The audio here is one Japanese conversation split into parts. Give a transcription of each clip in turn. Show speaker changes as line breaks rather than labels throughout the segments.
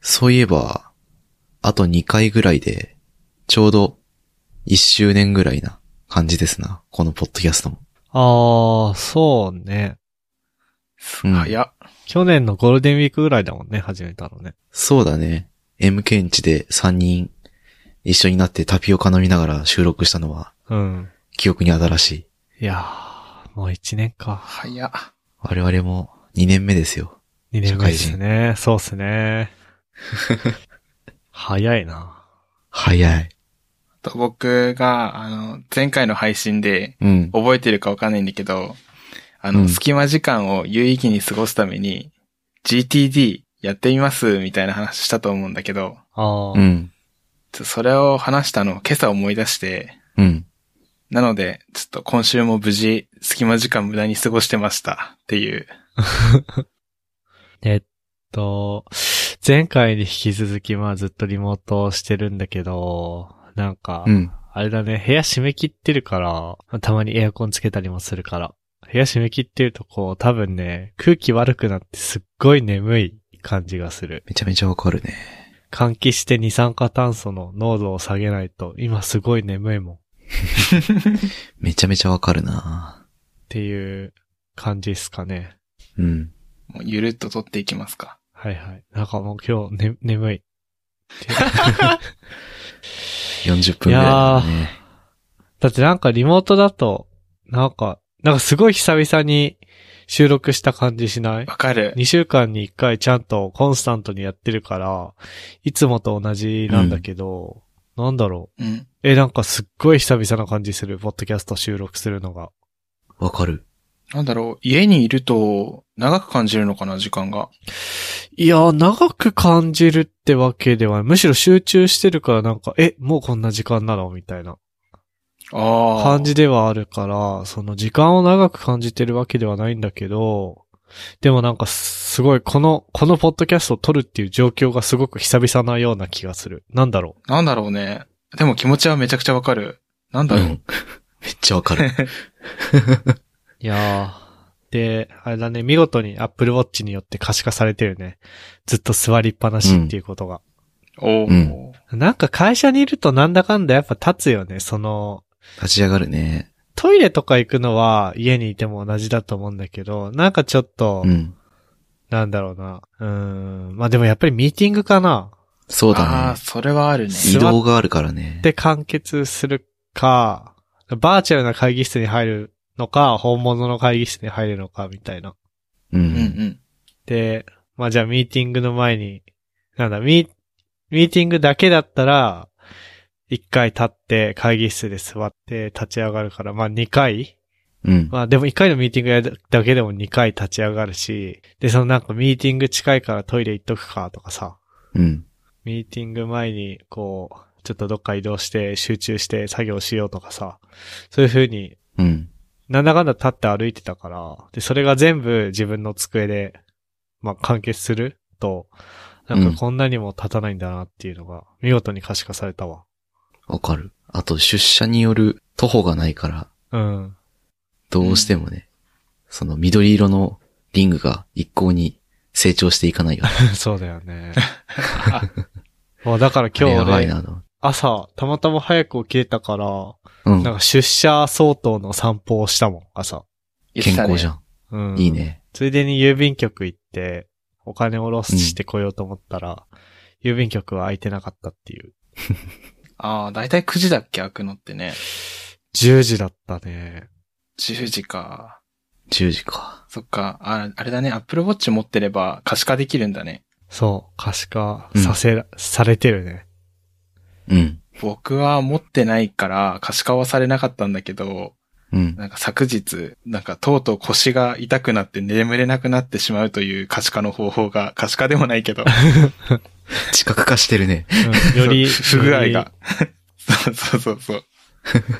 そういえば、あと2回ぐらいで、ちょうど1周年ぐらいな感じですな。このポッドキャストも。
あー、そうね。
うん
早っ。
去年のゴールデンウィークぐらいだもんね、始めたのね。
そうだね。MK んちで3人一緒になってタピオカ飲みながら収録したのは
うん。
記憶に新しい。
いやー、もう1年か。
早っ。
我々も2年目ですよ。
2年目ですね。そうっ すね。早いな。
早い。
あと僕が、あの、前回の配信で、
うん。
覚えてるかわかんないんだけど、あ
う
の、
ん
隙間時間を有意義に過ごすために、GTD やってみます、みたいな話したと思うんだけど、
あー。
うん。
ちょっとそれを話したのを今朝思い出して、
うん。
なので、ちょっと今週も無事、隙間時間無駄に過ごしてました、っていう。
えっと、前回に引き続き、まあずっとリモートをしてるんだけど、なんか、
うん。
あれだね、部屋閉め切ってるから、たまにエアコンつけたりもするから、部屋閉め切ってるとこう、多分ね、空気悪くなってすっごい眠い感じがする。
めちゃめちゃわかるね。
換気して二酸化炭素の濃度を下げないと、今すごい眠いもんっ
めちゃめちゃわかるな
ていう感じですかね。
うん。
もうゆるっと撮っていきますか。
はいはい。なんかもう今日、ね、眠い。
40分ぐらいだね。
だってなんかリモートだと、なんか、なんかすごい久々に収録した感じしない
わかる。
2週間に1回ちゃんとコンスタントにやってるから、いつもと同じなんだけど、なんだろう。
うん。
え、なんかすっごい久々な感じする、ポッドキャスト収録するのが。
わかる。
なんだろう、家にいると、長く感じるのかな、時間が。
いやー、長く感じるってわけではない。むしろ集中してるからなんか、え、もうこんな時間なのみたいな
ああ。
感じではあるから、その時間を長く感じてるわけではないんだけど、でもなんかすごい、この、このポッドキャストを撮るっていう状況がすごく久々なような気がする。なんだろう。
なんだろうね。でも気持ちはめちゃくちゃわかる。なん だろう。
うんめっちゃわかる。
いやー。で、あれだね、見事に Apple Watch によって可視化されてるね。ずっと座りっぱなしっていうことが。
おお、
うん
なんか会社にいるとなんだかんだやっぱ立つよね。その、
立ち上がるね。
トイレとか行くのは家にいても同じだと思うんだけど、なんかちょっと、
うん。
なんだろうな。うーん。まあでもやっぱりミーティングかな
そう
あ
だ
あ、
ね。
それはあるね。
移動があるからね。
で完結するか、バーチャルな会議室に入るのか、本物の会議室に入るのか、みたいな。
う
うん
ん。
うん。
で、まあじゃあミーティングの前に、なんだ、ミー、ミーティングだけだったら、一回立って会議室で座って立ち上がるから、まあ二回
うん。
まあでも一回のミーティングやるだけでも二回立ち上がるし、で、そのなんかミーティング近いからトイレ行っとくかとかさ、
うん。
ミーティング前にこう、ちょっとどっか移動して集中して作業しようとかさ、そういう風に
うん。
なんだかんだ立って歩いてたから、で、それが全部自分の机で、まあ、完結すると、なん
うん
かこんなにも立たないんだなっていうのが、見事に可視化されたわ。
わかる。あと、出社による徒歩がないから、
うん。
どうしてもね、その緑色のリングが一向に成長していかないよね。
そうだよ ね。もうだから今日
やばい
俺、
な、あの。
朝、たまたま早く起きれたから、
うん
なん。か出社相当の散歩をしたもん、朝。
言っ
健
てたね
康じゃん。
うん。
いい。ね。
ついでに郵便局行って、お金を下ろしてこようと思ったら、郵便局は空いてなかったっていう。
ああ、だいたい9時だっけ開くのってね。
10時だったね。
10時か。
10時か。
そっか。ああれだね、Apple Watch 持ってれば可視化できるんだね。
そう、可視化させ、されてるね。
うん。
僕は持ってないから可視化はされなかったんだけど、
うん。
なんか昨日、なんかとうとう腰が痛くなって眠れなくなってしまうという可視化の方法が、可視化でもない けど、
知覚化してるね。
うんより、
不具合
よ
が。そうそうそうそう。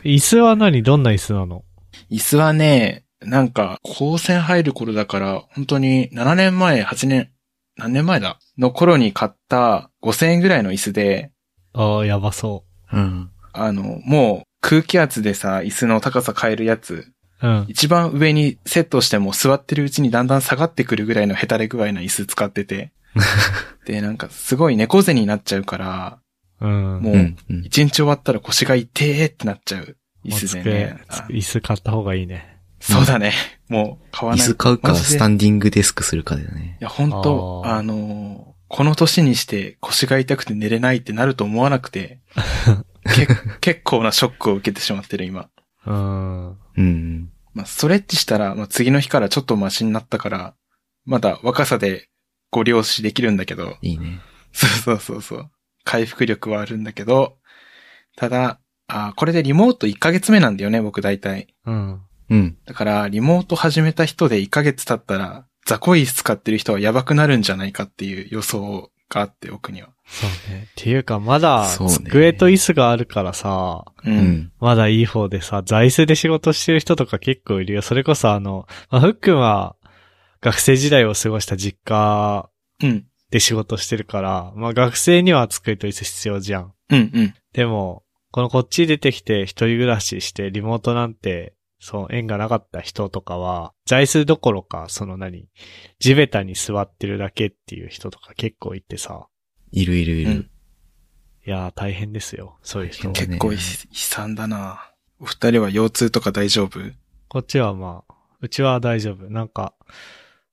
り。椅子は何どんな椅子なの
椅子はね、なんか、高専入る頃だから、本当に7年前、8年、何年前だの頃に買った5000円ぐらいの椅子で、
ああ、やばそ
うん。
あの、もう空気圧でさ、椅子の高さ変えるやつ、
う。うん。
一番上にセットしても座ってるうちにだんだん下がってくるぐらいのヘタレ具合な椅子使ってて、で、なんかすごい猫背になっちゃうから、
うん。
も
う、
うん
うん。
一日終わったら腰が痛えってなっちゃう椅子でね。
机
あ
椅子買った方がいいね。
そうだね。もう買わ
椅
ない。
子買うか、
マジで
スタンディングデスクするかだよね
い。や、本当
あー
あのーこの年にして腰が痛くて寝れないってなると思わなく て、け結構なショックを受けてしまってる今。
うん。
うん。
まあ、ストレッチしたら、まあ、次の日からちょっとマシになったから、まだ若さでご了承できるんだけど、
いいね。
そうそうそうそう。回復力はあるんだけど、ただ、あーこれでリモート1ヶ月目なんだよね、僕大体。
うん。
うん。
だから、リモート始めた人で1ヶ月経ったら、雑魚椅子使ってる人はやばくなるんじゃないかっていう予想があって、奥には。
そうね。っていうか、まだ、
そうね
机と椅子があるからさ、
う。
うんん。
まだいい方でさ、座椅子で仕事してる人とか結構いるよ。それこそあの、まあ、ふっくんは、学生時代を過ごした実家
うん。
で仕事してるから、まあ学生には机と椅子必要じゃん。
うん。うん。
でも、このこっち出てきて一人暮らししてリモートなんて、そう、縁がなかった人とかは、座椅子どころか、その何、地べたに座ってるだけっていう人とか結構いてさ、
いるいるいる。
うん
いやー大変ですよ、そういう人
大。変
結構い悲惨だなお二人は腰痛とか大丈夫
こっちはまあ、うちは大丈夫。なんか、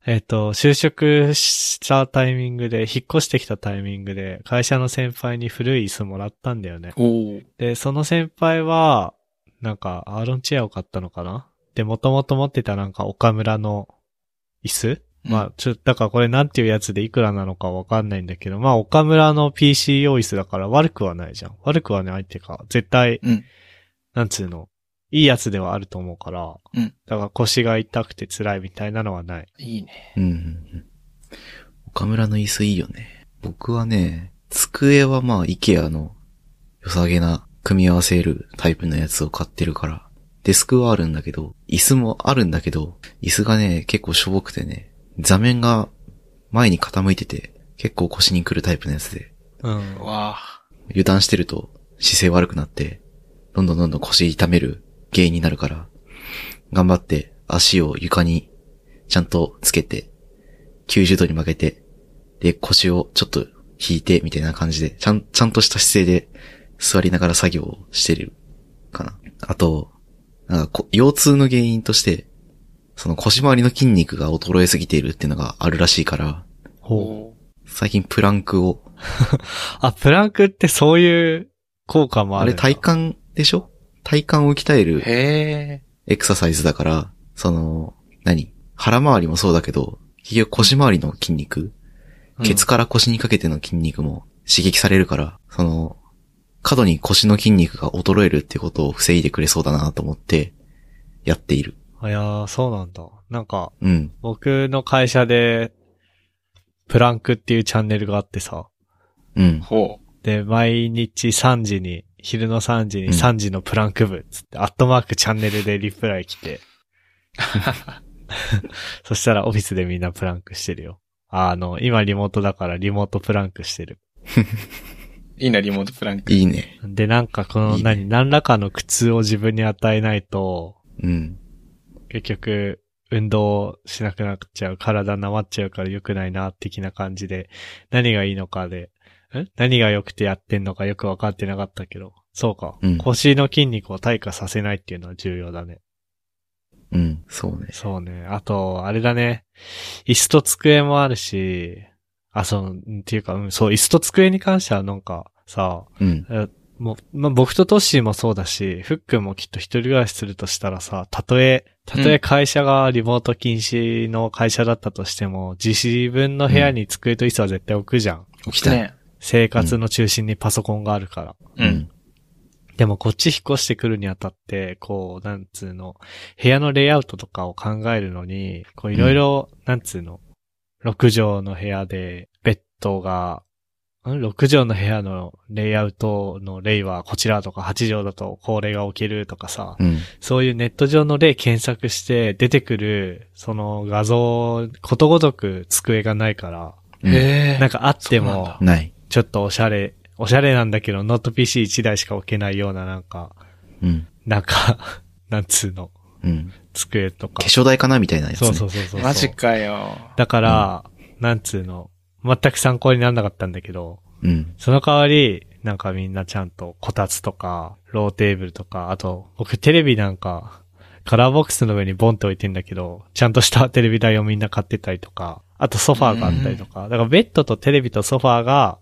えっ、と、就職したタイミングで、引っ越してきたタイミングで、会社の先輩に古い椅子もらったんだよね。
おお。
で、その先輩は、なんか、アーロンチェアを買ったのかなで、もともと持ってたなんか、岡村の椅子まあ、ちょ、だからこれなんていうやつでいくらなのかわかんないんだけど、まあ、岡村の PC 用椅子だから悪くはないじゃん。悪くはないっていうか、絶対、
うん
なんつうの、いいやつではあると思うから、
うん
だから腰が痛くて辛いみたいなのはない。
いいね。
うんうんうん。岡村の椅子いいよね。僕はね、机はまあ、イケアの良さげな組み合わせるタイプのやつを買ってるから、デスクはあるんだけど、椅子もあるんだけど、椅子がね、結構しょぼくてね、座面が前に傾いてて、結構腰に来るタイプのやつで、
うん。
わあ。
油断してると姿勢悪くなって、どんどんどんどん腰痛める原因になるから、頑張って足を床にちゃんとつけて、90度に曲げて、で、腰をちょっと引いて、みたいな感じで、ちゃん、ちゃんとした姿勢で座りながら作業をしてるかな。あと、なんかこ腰痛の原因として、その腰周りの筋肉が衰えすぎているっていうのがあるらしいから、
ほう。
う。
最近プランクを、
あ、プランクってそういう効果も
あ
ある
れ
んだ。
体幹でしょ体幹を鍛える
へえ。
エクササイズだから、その、何腹周りもそうだけど、結局腰周りの筋肉、ケツから腰にかけての筋肉も刺激されるから、その、過度に腰の筋肉が衰えるってことを防いでくれそうだなと思って、やっている。
あ、いやー、そうなんだ。なんか、
うん。
僕の会社で、プランクっていうチャンネルがあってさ。
うん。
ほ
で、毎日3時に、昼の3時
う
に
ん
3時のプランク部っつって、アットマークチャンネルでリプライ 来て。そしたらオフィスでみんなプランクしてるよ。あの、今リモートだからリモートプランクしてる。
う。いいな、リモートプランク。
いいね。
で、なんかこ
いい
の
ね
何、何らかの苦痛を自分に与えないと、
うん。
結局、運動しなくなっちゃう、体なまっちゃうから良くないな、的な感じで、何がいいのかで、ん何が良くてやってんのかよく分かってなかったけど、そうか、
うん
腰の筋肉を退化させないっていうのは重要だね。
うん。そうね。
そうね。あと、あれだね。椅子と机もあるし、あ、そう、んっていうか、うん、そう、椅子と机に関してはなんか、さ、
うん。
もう、まあ、僕とトッシーもそうだし、フックンもきっと一人暮らしするとしたらさ、たとえ、たと
う
え
ん
会社がリモート禁止の会社だったとしても、自分の部屋に机と椅子は絶対置くじゃん。
起きたい。
ね。
生活の中心にパソコンがあるから。
う。
うんん。
でもこっち引っ越してくるにあたって、こう、なんつうの、部屋のレイアウトとかを考えるのに、こういろいろ、なんつうの、6畳の部屋で、ベッドが、ん ?6 畳の部屋のレイアウトの例はこちらとか、8畳だとこれが置けるとかさ、
うん。
そういうネット上の例検索して出てくる、その画像、ことごとく机がないから、
うん
へえ。
なんかあって
そう
も
なん、
ない。
ちょっとおしゃれ、おしゃれなんだけど、ノート PC1 台しか置けないようななんか、
うん。
なんか、 なんつうの、
うん。
机とか。
化粧台かなみたいなやつ、ね。
そうそうそうそうそう。
マジかよ。
だから、なんつうの、全く参考にならなかったんだけど、
うん。
その代わり、なんかみんなちゃんとこたつとか、ローテーブルとか、あと、僕テレビなんか、カラーボックスの上にボンって置いてんだけど、ちゃんとしたテレビ台をみんな買ってたりとか、あとソファーがあったりとか、だからベッドとテレビとソファーが、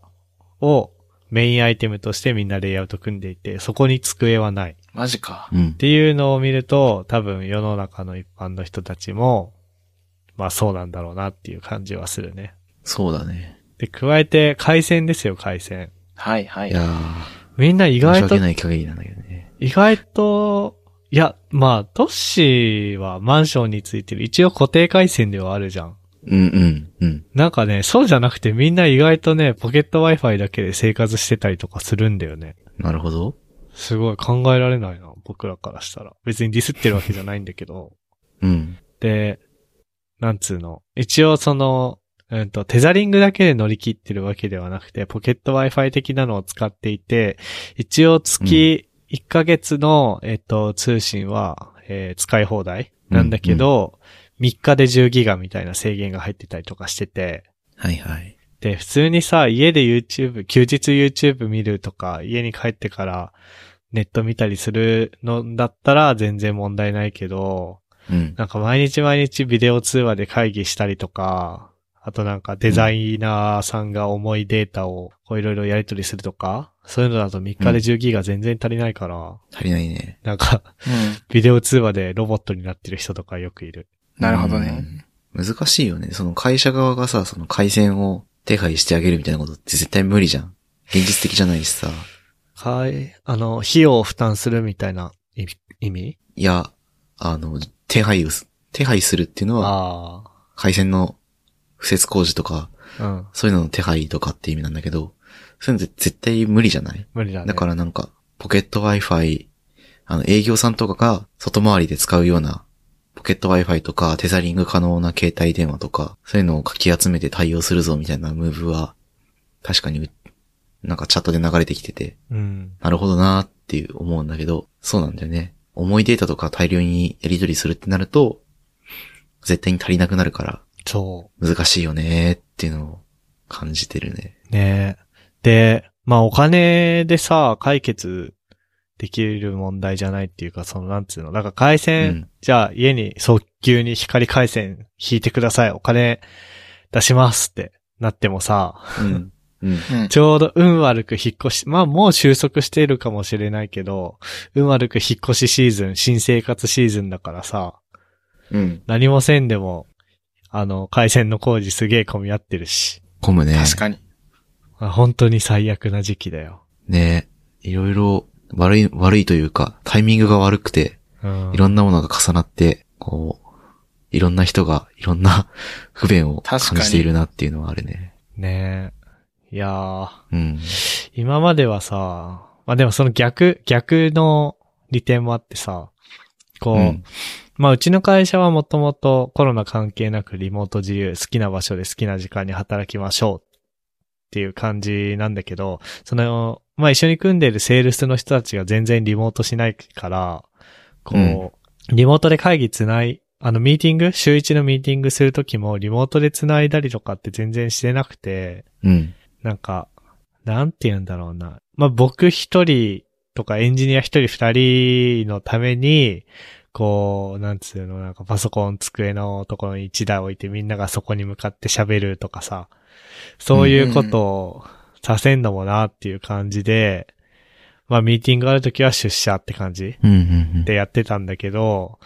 をメインアイテムとしてみんなレイアウト組んでいて、そこに机はない。
マジか。
うん
っ。ていうのを見ると、多分世の中の一般の人たちも、まあそうなんだろうなっていう感じはするね。
そうだね。
で、加えて、回線ですよ、回線。
はいはいい。
やー、
みんな
申
意
し
外と
訳、ない限りなんだけどね。
意外と、いや、まあ、トッシーはマンションについてる一応固定回線ではあるじゃん。
うんうん、うん。
なんかね、そうじゃなくてみんな意外とね、ポケット Wi-Fi だけで生活してたりとかするんだよね。
なるほど。
すごい考えられないな、僕らからしたら。別にディスってるわけじゃないんだけど。
うん。
で、なんつうの。一応その、うんと、テザリングだけで乗り切ってるわけではなくて、ポケット Wi-Fi 的なのを使っていて、一応月1ヶ月の、えっと、通信は、えー使い放題なんだけど、3日で10ギガみたいな制限が入ってたりとかしてて、
はいはい。
で、普通にさ、家で YouTube、休日 YouTube 見るとか、家に帰ってからネット見たりするのだったら全然問題ないけど、
うん。
なんか毎日毎日ビデオ通話で会議したりとか、あとなんかデザイナーさんが重いデータをこういろいろやり取りするとか、そういうのだと3日で10ギガ全然足りないから、
足りないね。
なんか
うん。
ビデオ通話でロボットになってる人とかよくいる。
なるほどね。
うん。難しいよね。その会社側がさ、その回線を手配してあげるみたいなことって絶対無理じゃん。現実的じゃないしさ。
はい。あの、費用を負担するみたいな意味意味
いや、あの、手配をす、手配するっていうのは、
あ
回線の敷設工事とか、
あ。うん。
そういうのの手配とかって意味なんだけど、そういうのって絶対無理じゃない
無理だね。
だからなんか、ポケット Wi-Fi、あの、営業さんとかが外回りで使うような、ポケット Wi-Fi とか、テザリング可能な携帯電話とか、そういうのをかき集めて対応するぞみたいなムーブは、確かにう、なんかチャットで流れてきてて、
うん。
なるほどなーっていう思うんだけど、そうなんだよね。重いデータとか大量にやり取りするってなると、絶対に足りなくなるから、
そう。
難しいよねーっていうのを感じてるね。
ねえ。で、まあお金でさ、解決できる問題じゃないっていうか、そのなんつうの、なんか回線、
うん
じゃあ家に早急に光回線引いてください、お金出しますってなってもさ、
うん。うん。
うん
ちょうど運悪く引っ越し、まあもう収束しているかもしれないけど、運悪く引っ越しシーズン、新生活シーズンだからさ、
うん。
何もせんでも、あの、回線の工事すげえ混み合ってるし、
混むね。
確かに。
まあ本当に最悪な時期だよ。
ねいろいろ悪い、悪いというか、タイミングが悪くて、
うん
いろんなものが重なって、こう、いろんな人がいろんな 不便を感
確かに
じているなっていうのはあるね。
ねえ。いやー、
うん。
今まではさ、まあでもその逆、逆の利点もあってさ、こう、
うん
まあうちの会社はもともとコロナ関係なくリモート自由、好きな場所で好きな時間に働きましょうっていう感じなんだけど、その、まあ一緒に組んでいるセールスの人たちが全然リモートしないから、こう、リモートで会議つない、あのミーティング、週一のミーティングするときもリモートでつないだりとかって全然してなくて、
うん。
なんか、なんて言うんだろうな。まあ、僕一人とかエンジニア一人二人のために、こう、なんつうの、なんかパソコン机のところに一台置いてみんながそこに向かって喋るとかさ、そういうことをさせんのもなっていう感じで、まあ、ミーティングあるときは出社って感じ
うん。うん。
でやってたんだけど、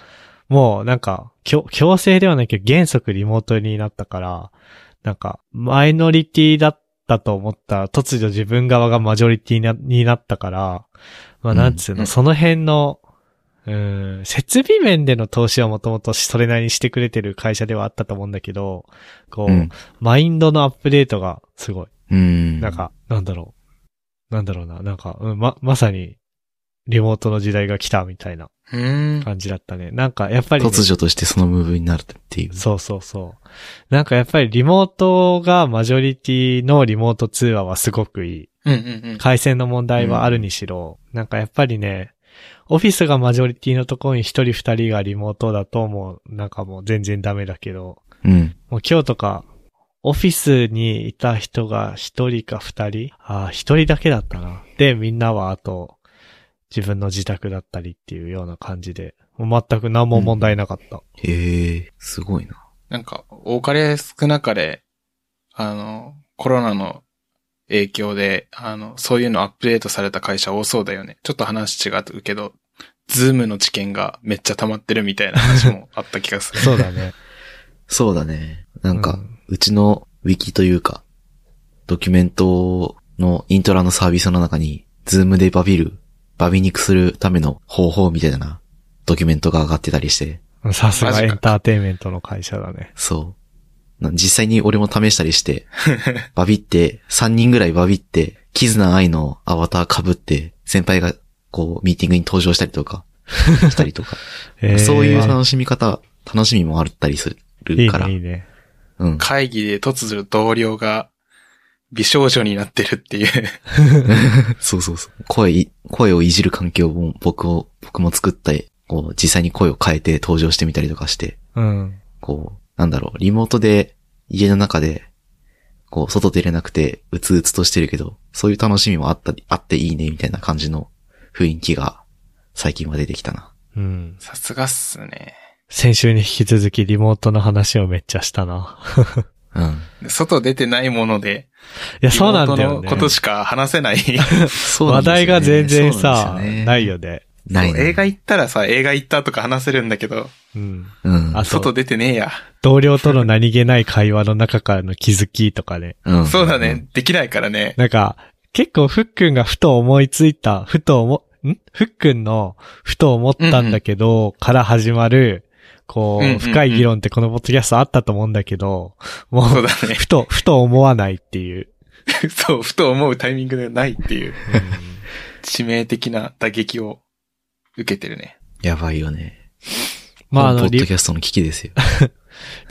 もうなんか、強強制ではないけど原則リモートになったから、なんか、マイノリティだったと思ったら、突如自分側がマジョリティなになったから、まあ
うん
なんつうの、
うん
その辺の、うん、設備面での投資はもともとそれなりにしてくれてる会社ではあったと思うんだけど、こ
う
う、
ん
マインドのアップデートがすごい。
うん。
なんか、なんだろう。なんだろうな、なんか、うん、ま、まさに、リモートの時代が来たみたいな。
うーん。
感じだったね。なんかやっぱりね、
突如としてそのムーブになるっていう。
そうそうそう。なんかやっぱりリモートがマジョリティのリモート通話はすごくいい。
うんうんうん。
回線の問題はあるにしろ、なんかやっぱりね、オフィスがマジョリティのところに一人二人がリモートだともうなんかもう全然ダメだけど、
うん。
もう今日とかオフィスにいた人が一人か二人ああ、一人だけだったな。で、みんなはあと、自分の自宅だったりっていうような感じで、もう全く何も問題なかった。
へえ、すごいな。
なんか、多かれ少なかれ、あの、コロナの影響で、あの、そういうのアップデートされた会社多そうだよね。ちょっと話違うけど、ズームの知見がめっちゃ溜まってるみたいな話もあった気がす る。
そうだね。
そうだね。なんか、
う
うんちのウィキというか、ドキュメントのイントラのサービスの中に、ズームでバビる、バビにくするための方法みたいな、ドキュメントが上がってたりして、
さす
マ
が
ジ
エ
か
ンターテインメントの会社だね。
そう。な実際に俺も試したり して、バビって、3人ぐらいバビって、キズナアイのアバター被って、先輩がこう、ミーティングに登場したりと か、したりとか、
え ー
そういう楽しみ方、楽しみもあったりす
いい
るから。
ね、いいね。
うん。
会議で突如同僚が美少女になってるっていう
そうそうそう。声い、声をいじる環境を僕を、僕も作った、こう、実際に声を変えて登場してみたりとかして、
うん。
こう、なんだろう、リモートで、家の中で、こう、外出れなくて、うつうつとしてるけど、そういう楽しみもあったり、あっていいね、みたいな感じの雰囲気が、最近は出てきたな。
うん。
さすがっすね。
先週に引き続きリモートの話をめっちゃしたな。
うん。
外出てないもので、
いや、そうなんだよ
妹
ね。
のことしか話せない。
そうな
話
んですよね
題が全然さ、
そ
な。い
う
よね。
なんですよねない、ね、
映画行ったらさ、映画行ったとか話せるんだけど、
うん。
うん。
あ
外出てねえや。
同僚との何気ない会話の中からの気づきとかね。
うん
そうだね。。できないからね。
なんか、結構ふっくんがふと思いついた、ふと思、んふっくんのふと思ったんだけど、から始まる、こう、
うんうんうん
深い議論ってこのポッドキャストあったと思うんだけど、も
そう
う、
だね。
ふと、ふと思わないっていう。
そう、ふと思うタイミングがないっていう、
うん
致命的な打撃を受けてるね。
やばいよね。
まあ、あの、
ポッ
リ
ドキャストの危機ですよ。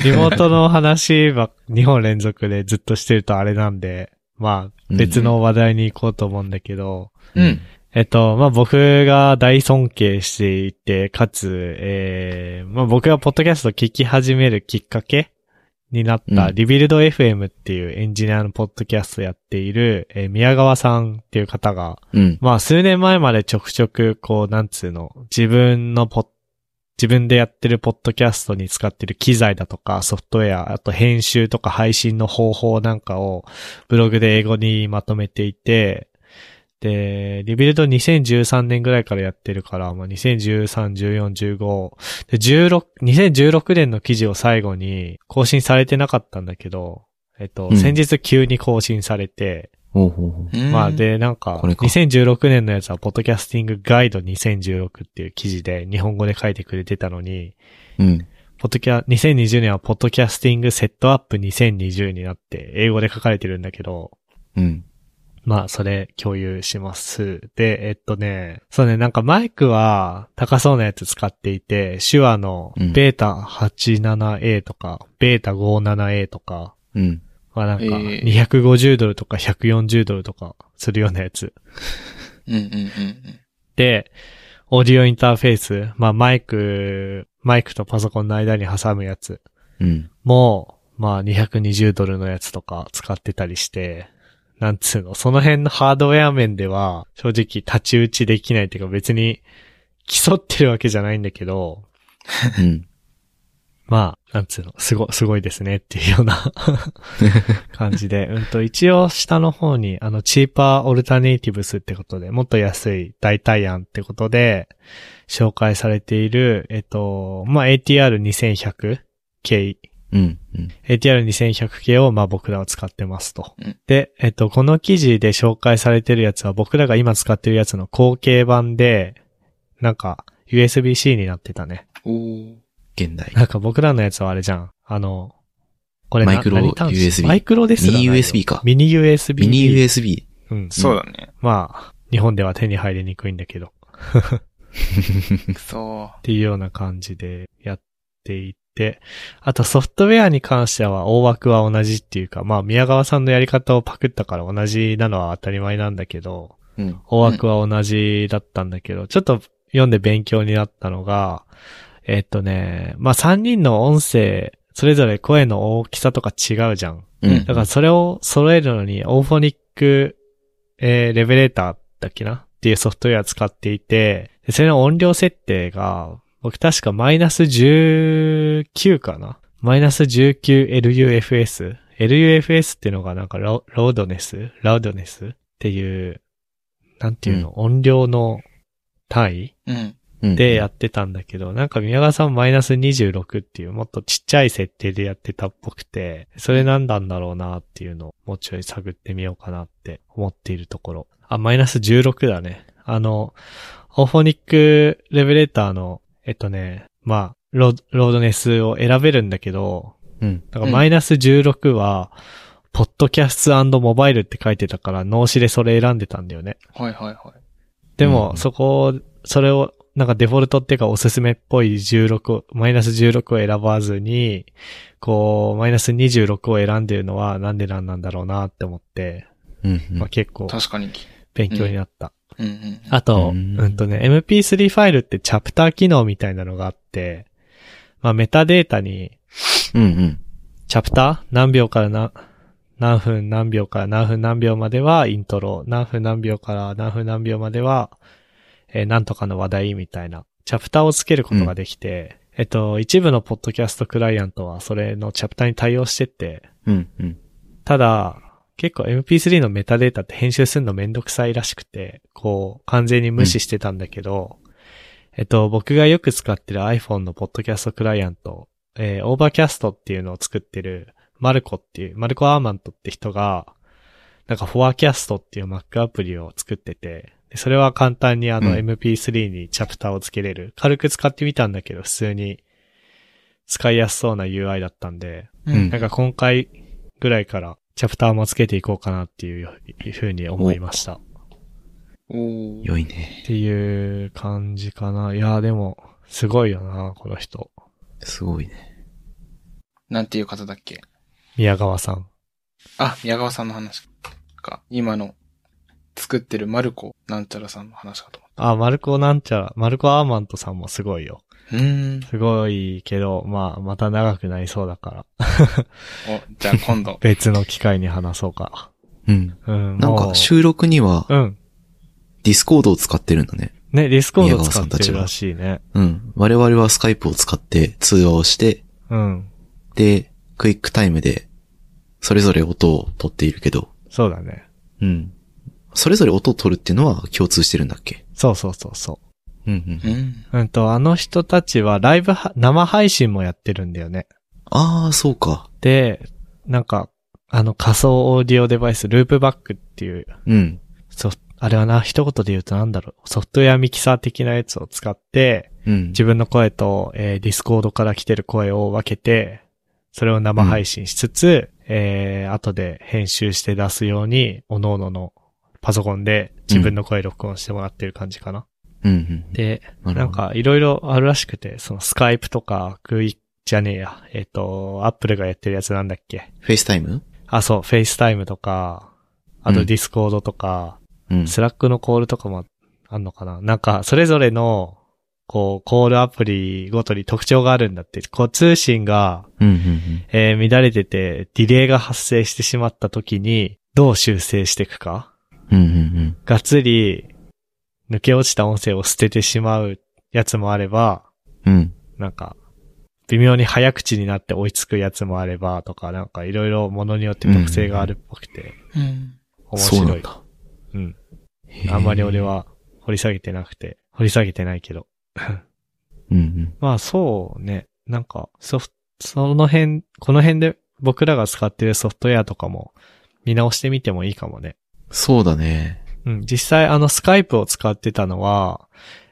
リモートの話は2本連続でずっとしてるとあれなんで、まあ、 別の話題に行こうと思うんだけど、
うん。
えっと、まあ、僕が大尊敬していて、かつ、えー、まあ、僕がポッドキャストを聞き始めるきっかけになった、
うん
リビルド FM っていうエンジニアのポッドキャストをやっている、えー宮川さんっていう方が、
うん。
まあ、数年前までちょくちょく、こう、なんつうの、自分のポッ、自分でやってるポッドキャストに使ってる機材だとか、ソフトウェア、あと編集とか配信の方法なんかを、ブログで英語にまとめていて、で、リビルド2013年ぐらいからやってるから、まあ、2013、14、15、で、16、2016年の記事を最後に更新されてなかったんだけど、えっと、
うん
先日急に更新されて、
ほうほうほう。
うん
まあ、で、なんか、
これか
2016年のやつは、ポッドキャスティングガイド2016っていう記事で日本語で書いてくれてたのに、
うん。
ポッドキャ、2020年はポッドキャスティングセットアップ2020になって、英語で書かれてるんだけど、
うん。
まあ、それ共有します。で、えっとね、そうね、なんかマイクは高そうなやつ使っていて、手話の
うん
ベータ 87A とか、ベータ 57A とか、
うん。
まあなんか
えー
250ドルとか140ドルとかするようなやつ。
うんうんうん
で、オーディオインターフェース、まあマイク、マイクとパソコンの間に挟むやつ
うん。
も、まあ220ドルのやつとか使ってたりして、なんつうの、その辺のハードウェア面では、正直立ち打ちできないっていうか別に競ってるわけじゃないんだけど、
うん。
まあ、なんつうの、すご、すごいですねっていうよう な感じで、うんと、一応下の方に、あの、チーパーオルタネイティブスってことで、もっと安い代替案ってことで、紹介されている、えっと、まあ、ATR2100 系、
うん。うん。
ATR2100 系を、まあ、僕らは使ってますと。
うん
で、えっと、この記事で紹介されてるやつは、僕らが今使ってるやつの後継版で、なんか、USB-C になってたね。
うん。おー
現代。
なんか僕らのやつはあれじゃん。あの、これ
マイクロ
な何端子
USB
マイクロですらないよ
ミニ USB か
ミニ USB。
ミニ USB。
うん。
そうだね。
まあ、日本では手に入りにくいんだけど。
そ
っていうような感じでやっていて、あとソフトウェアに関しては大枠は同じっていうか、まあ宮川さんのやり方をパクったから同じなのは当たり前なんだけど、
うん。
大枠は同じだったんだけど、ちょっと読んで勉強になったのが、えっとね、まあ3人の音声、それぞれ声の大きさとか違うじゃん。
うん
だ。からそれを揃えるのに、オーフォニック、えーレベレーターだっけなっていうソフトウェア使っていて、でそれの音量設定が、僕確かマイナス19かなマイナス 19LUFS。LUFS っていうのがなんかロロードネスラウドネスっていう、なんていうの、音量の単位
うん。
うん
でやってたんだけど、なんか宮川さんマイナス26っていうもっとちっちゃい設定でやってたっぽくて、それなんなんだろうなっていうのをもうちょい探ってみようかなって思っているところ。あ、マイナス16だね。あの、オーフォニックレベレーターの、えっとね、まあ、ロードロードネスを選べるんだけど、
うん。
なんかマイナス16は、ポッドキャストモバイルって書いてたから、脳死でそれ選んでたんだよね。
はいはいはい。
で
う
も、
ん
そこを、それを、なんかデフォルトっていうかおすすめっぽい16を、マイナス16を選ばずに、こう、マイナス26を選んでるのはなんでなんなんだろうなって思って、
うん。
まあ結構
確かに。
勉強になった。
うんうん。
あと、
う
うんんとね、MP3 ファイルってチャプター機能みたいなのがあって、まあメタデータに
うんうん。
チャプター何秒からな何分何秒から何分何秒まではイントロ、何分何秒から何分何秒までは、えーなんとかの話題みたいな、チャプターをつけることができて、えっと、一部のポッドキャストクライアントはそれのチャプターに対応してて、
うんうん。
ただ、結構 MP3 のメタデータって編集するのめんどくさいらしくて、こう、完全に無視してたんだけど、えっと、僕がよく使ってる iPhone のポッドキャストクライアント、えー、オーバーキャストっていうのを作ってる、マルコっていう、マルコ・アーマントって人が、なんか、フォアキャストっていう Mac アプリを作ってて、でそれは簡単にあ
う
の
ん
MP3 にチャプターをつけれる。軽く使ってみたんだけど、普通に使いやすそうな UI だったんで、
う
うん
なんか今回ぐらいからチャプターもつけていこうかなっていうふうに思いました。っ
おお。
良いね。
ていう感じかな。いやーでも、すごいよな、この人。
すごいね。
なんていう方だっけ
宮川さん。
あ、宮川さんの話か。今の作ってるマルコなんちゃらさんの話かと思っ
あ、マルコなんちゃら、マルコアーマントさんもすごいよ。
た。うーん。
すごいけど、まあ、また長くなりそうだから。。
お、じゃあ今度
別の機会に話そうか。
うん。
うん、
なん
も
か
う
収録には
うん。
ディスコードを使ってるんだね。
ね、ディスコード使
宮川さ
っ
んた
て
ち
る
は
らしいね。
うん。我々はスカイプを使って通話をして、
うん。
で、クイックタイムで、それぞれ音を取っているけど、
そうだね。
うん。それぞれ音を取るっていうのは共通してるんだっけ
そうそうそうそう。
うんう。
うんん。
うんと、あの人たちはライブは、生配信もやってるんだよね。
ああ、そうか。
で、なんか、あの仮想オーディオデバイス、ループバックっていう、
うん。
ソフトあれはな、一言で言うとなんだろう、ソフトウェアミキサー的なやつを使って、
うん。
自分の声と、えーディスコードから来てる声を分けて、それを生配信しつつ、えー、後で編集して出すように、おのののパソコンで自分の声録音してもらってる感じかな。
うんうん。
で、
なる
な
ほ
ん
ど、
かいろいろあるらしくて、そのスカイプとか、クイッじゃねえや、えっ、と、アップルがやってるやつなんだっけ。
フェイスタイム
あ、そう、フェイスタイムとか、あ
う
と
ん
ディスコードとか、
うん。
スラックのコールとかもあんのかななんか、それぞれの、こう、コールアプリごとに特徴があるんだって。こう、通信が、
うんうんうん。
えー乱れてて、ディレイが発生してしまった時に、どう修正していくか
うんうん
がっつり、抜け落ちた音声を捨ててしまうやつもあれば、
うん。うん。
なんか、微妙に早口になって追いつくやつもあればとか、なんかいろいろものによって特性があるっぽくて、
うん。
面
そうな
白
ん
い。
だ。
うん。
へー
あんまり俺。は掘り下げてなくて、掘り下げてないけど。
うんうん。
まあそうね、なんか、ソフト、その辺、この辺で僕らが使ってるソフトウェアとかも見直してみてもいいかもね。
そうだね。
うん、実際あのスカイプを使ってたのは、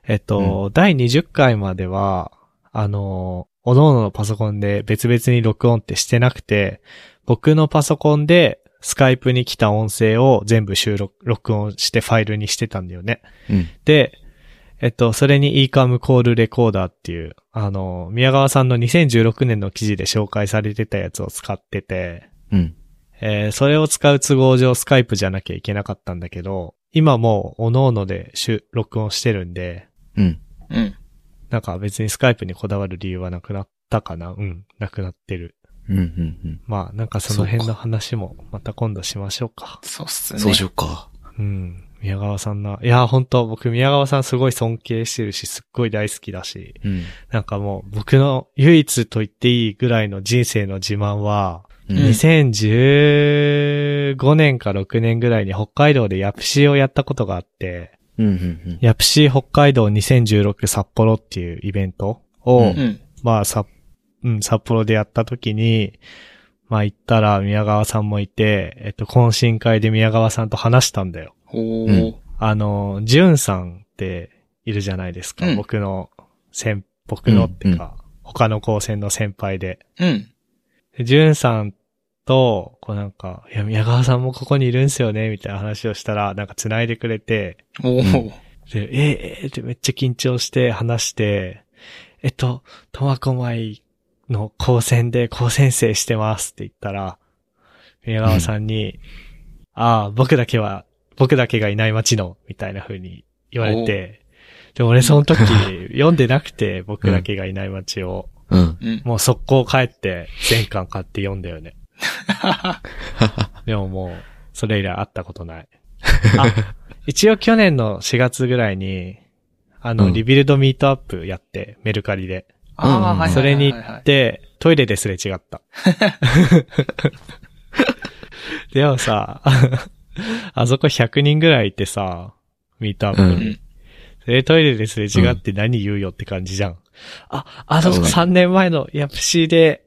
えっと、第20回までは、あの、おのののパソコンで別々に録音ってしてなくて、僕のパソコンでスカイプに来た音声を全部収録、録音してファイルにしてたんだよね。
うん。
で、えっと、それに eCam コールレコーダーっていう、あの、宮川さんの2016年の記事で紹介されてたやつを使ってて、
うん。
えーそれを使う都合上スカイプじゃなきゃいけなかったんだけど、今もう、おのので収録音してるんで、
うん。
うん。
なんか別にスカイプにこだわる理由はなくなったかなうん、なくなってる。
うんうん
まあ、なんかその辺の話もまた今度しましょうか。
そうっす
う
ね。
ん。そうしようか。
うん。宮川さんな。いや、本当僕宮川さんすごい尊敬してるし、すっごい大好きだし、
うん。
なんかもう僕の唯一と言っていいぐらいの人生の自慢は、
うん
2015年か6年ぐらいに北海道でヤプシーをやったことがあって、
うんうん
ヤプシー北海道2016札幌っていうイベントを、
うん
うん。
まあ、さ、うん、札幌でやった時に、まあ行ったら宮川さんもいて、えっと、懇親会で宮川さんと話したんだよ。
お
う
ー。
あの、ジュンさんっているじゃないですか。
うん
僕の先、僕のってか、他の高専の先輩で。
うん。
でジュンさんと、こうなんか、いや、宮川さんもここにいるんすよね、みたいな話をしたら、なんか繋いでくれて、
おー。
で、えー、えーってめっちゃ緊張して話して、えっと、苫小牧の高専で高専生してますって言ったら、宮川さんに、ああ、僕だけは、僕だけがいない街の、みたいな風に言われて、で、俺その時読んでなくて、僕だけがいない街を、
うん。うん。
うん。
もう速攻帰って、全巻買って読んだよね。でももう、それ以来会ったことない。あ、 一応去年の4月ぐらいに、あの、
うん
リビルドミートアップやって、メルカリで。
ああ、
うん
はいはいはいはい。
それに行って、トイレですれ 違った。でもさ、 あそこ100人ぐらいいてさ、ミートアップ
う
に。
ん
で、トイレですれ違って何言うよって感じじゃん。あ、あの
そうだね
3年前のヤプシーで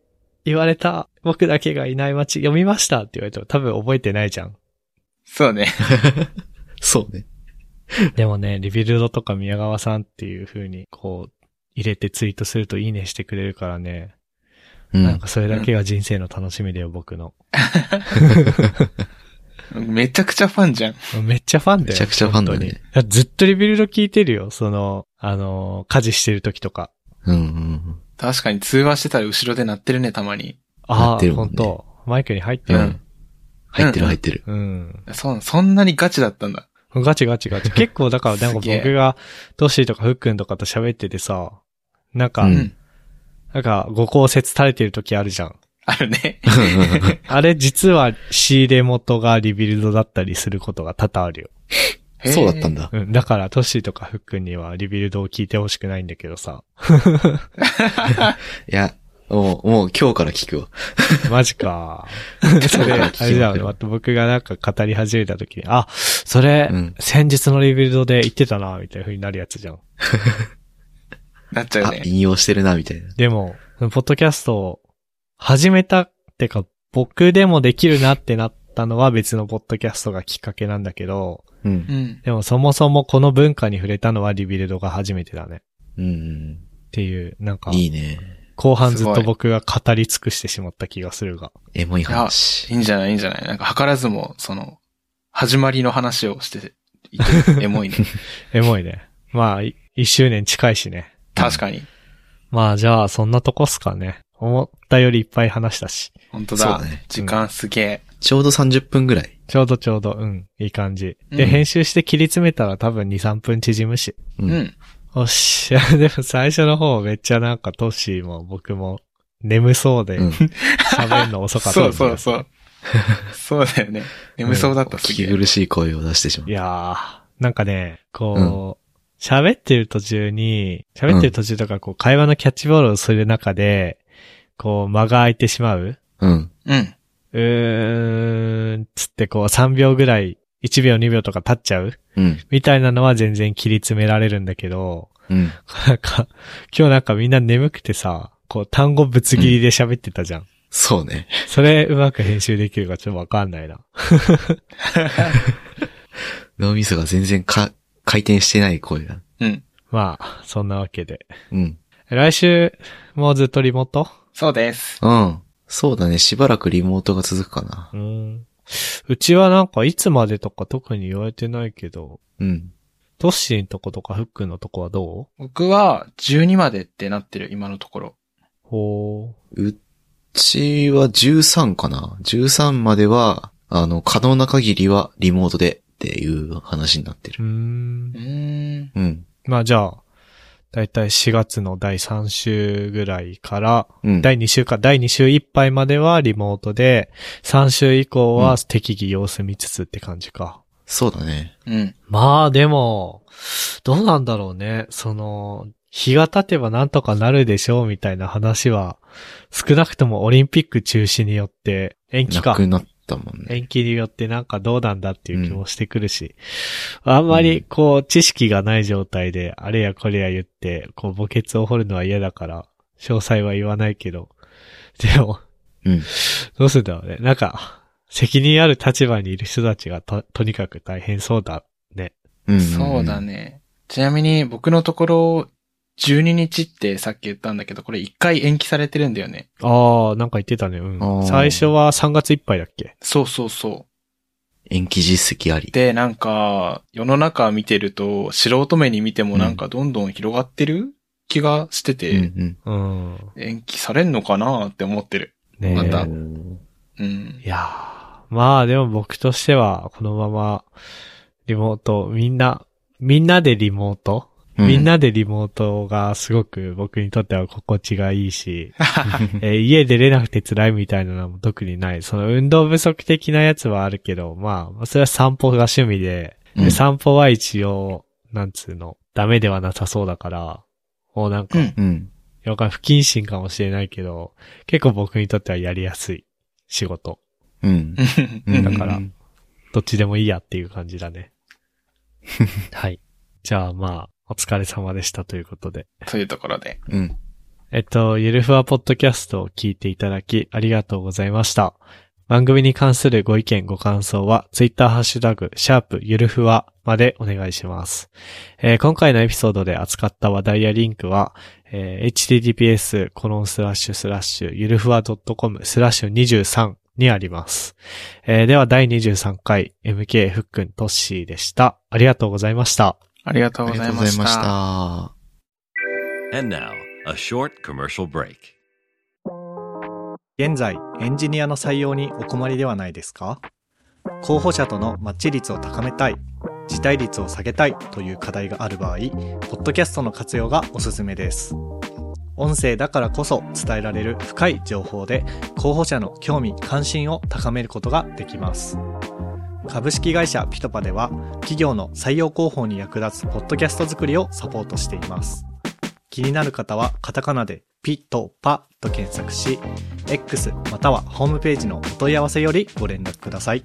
言われた僕だけがいない街読みましたって言われても多分覚えてないじゃん。
そうね。
そうね。
でもね、リビルドとか宮川さんっていう風にこう入れてツイートするといいねしてくれるからね。
う
なん
ん。
かそれだけが人生の楽しみだよ、僕の。
めちゃくちゃファンじゃん。
めっちゃファン
め
だよ。
ちゃくちゃファンだね
本当に。ずっとリビルド聞いてるよ。その、あの、家事してる時とか。
うんうんうん。
確かに通話してたら後ろで鳴ってるね、たまに。
あ
な
あ、
ってるもん
本
ね
当マイクに入って
う
る。
ん。入ってる入ってる。
うん
そ、そんなにガチだったんだ。
ガチガチガチ。結構だからなんか
すげえ
僕がトッシーとかフックンとかと喋っててさ、なんか、
うん
うん。
なんかご公説垂れてる時あるじゃん。
あるね。
あれ実は仕入れ元がリビルドだったりすることが多々あるよ。
そうだったん
だ。
だ。
うん。だからトッシーとかフックンにはリビルドを聞いてほしくないんだけどさ。
いや、もう、もう今日から聞くわ。
マ ジか。それ、あれだよ。また僕がなんか語り始めた時に、あ、それ、
うん
先日のリビルドで言ってたな、みたいな風になるやつじゃん。
なっちゃう
あ、
ね。
引用してるな、みたいな。
でも、そのポッドキャストを始めたってか、僕でもできるなってなったのは別のポッドキャストがきっかけなんだけど、
う。
うんん。
でもそもそもこの文化に触れたのはリビルドが初めてだね。
うん
っていう、なん
う
か
ん。、いいね。
後半ずっ
す
と
ごい
僕が語り尽くしてしまった気がするが。
エモい
い
話。
いんじゃないいいんじゃないなんか図らずも、その、始まりの話をしていて、エモ いね。
エモいね。まあ、い一周年近いしね。
確かに。
まあ、じゃあ、そんなとこっすかね。思ったよりいっぱい話したし。
本当
そう
だ
だね。
時間すげえ。
ちょうど30分ぐらい。
ちょうどちょうど、うん、いい感じ。で、
うん
編集して切り詰めたら多分2、3分縮むし。
う。
うんん。
おっしゃ、 でも最初の方めっちゃなんかトッシーも僕も眠そうで
うん。
喋るの遅かった、
そうそ うそう。そうだよね。眠そうだった、
お
す
聞
げ
き
え。
苦しい声を出してしまう
い。やー、なんかね、こう、喋ってる途中に、喋ってる途中とかこう会話のキャッチボールをする中で、こう間が空いてしまう
うん。
うん。
うーん、つってこう3秒ぐらい、1秒2秒とか経っちゃう
うん。
みたいなのは全然切り詰められるんだけど、
うん。
なんか、今日なんかみんな眠くてさ、こう単語ぶつ切りで喋ってたじゃん
そうね。
それうまく編集できるかちょっとわかんないな。
脳みそが全然か、回転してない声が。
うん。
まあ、そんなわけで。
うん。
来週もずっとリモート
そうです。
うん。そうだね。しばらくリモートが続くかな
う。ん。うちはなんかいつまでとか特に言われてないけど、
うん。
トッシーんとことかフックンのとこはど
僕は12までってなってる、今のところ。
うほ
うちは13かな。13までは、あの、可能な限りはリモートでっていう話になって
う。う
る。
ーん
う。ーん。
うん。
まあじゃあ、だいたい4月の第3週ぐらいから、
うん。
第2週か、第2週いっぱいまではリモートで、3週以降は適宜様子見つつって感じか。
そうだね。
うん。
まあでも、どうなんだろうね。その、日が経てばなんとかなるでしょうみたいな話は、少なくともオリンピック中止によって延期
な
か。
くなったもんね。
延期によってなんかどうなんだっていう気もしてくるし、あんまりこう知識がない状態であれやこれや言って、こう墓穴を掘るのは嫌だから、詳細は言わないけど、でも、
うん。
どうするんだろうね。なんか、責任ある立場にいる人たちがと、とにかく大変そうだ。
うんん。
そうだ。ね。ちなみに僕のところ、12日ってさっき言ったんだけど、これ1回延期されてるんだよね。
ああ、なんか言ってたね。う
あ
ん。
ー
最初は3月いっぱいだっけ
そうそうそう。
延期実績あり。
で、なんか、世の中見てると、素人目に見てもなんかどんどん広がってる気がして
うん
て、
うん。
うん。
延期されんのかなって思ってる。
ねえ
また
おー
うん
い。やー、まあでも僕としては、このまま、リモート、みんな、みんなでリモート、
う
みん。なでリモートがすごく僕にとっては心地がいい し、えー家出れなくて辛いみたいなのも特にない。その運動不足的なやつはあるけど、まあ、それは散歩が趣味で、
う
で
ん
散歩は一応、なんつうの、ダメではなさそうだから、もうなんか、
うん
うん。
よく不謹慎かもしれないけど、結構僕にとってはやりやすい仕事。
うん。
ん だから
う
どっちでもいいやっていう感じだね。 はい。じゃあまあ、お疲れ様でしたということで。
というところで。
うん。
えっと、ゆるふわポッドキャストを聞いていただきありがとうございました。番組に関するご意見、ご感想は、ツイッターハッシュタグ、シャープゆるふわまでお願いします。えー今回のエピソードで扱った話題やリンクは、えー https コロンスラッシュスラッシュゆるふわ .com スラッシュ23にあります。えーでは第23回 MK ふっくんとっしーでした。ありがとうございました。
ありがとう
あ
ご
り
ざ
がと
い
ご
うま
ざい
し。
ましたた。
And now, a short commercial break.
現在エンジニアの採用にお困りではないですか候補者とのマッチ率を高めたい辞退率を下げたいという課題がある場合ポッドキャストの活用がおすすめです音声だからこそ伝えられる深い情報で候補者の興味関心を高めることができます株式会社ピトパでは企業の採用広報に役立つポッドキャスト作りをサポートしています気になる方はカタカナでピトパと検索し X またはホームページのお問い合わせよりご連絡ください。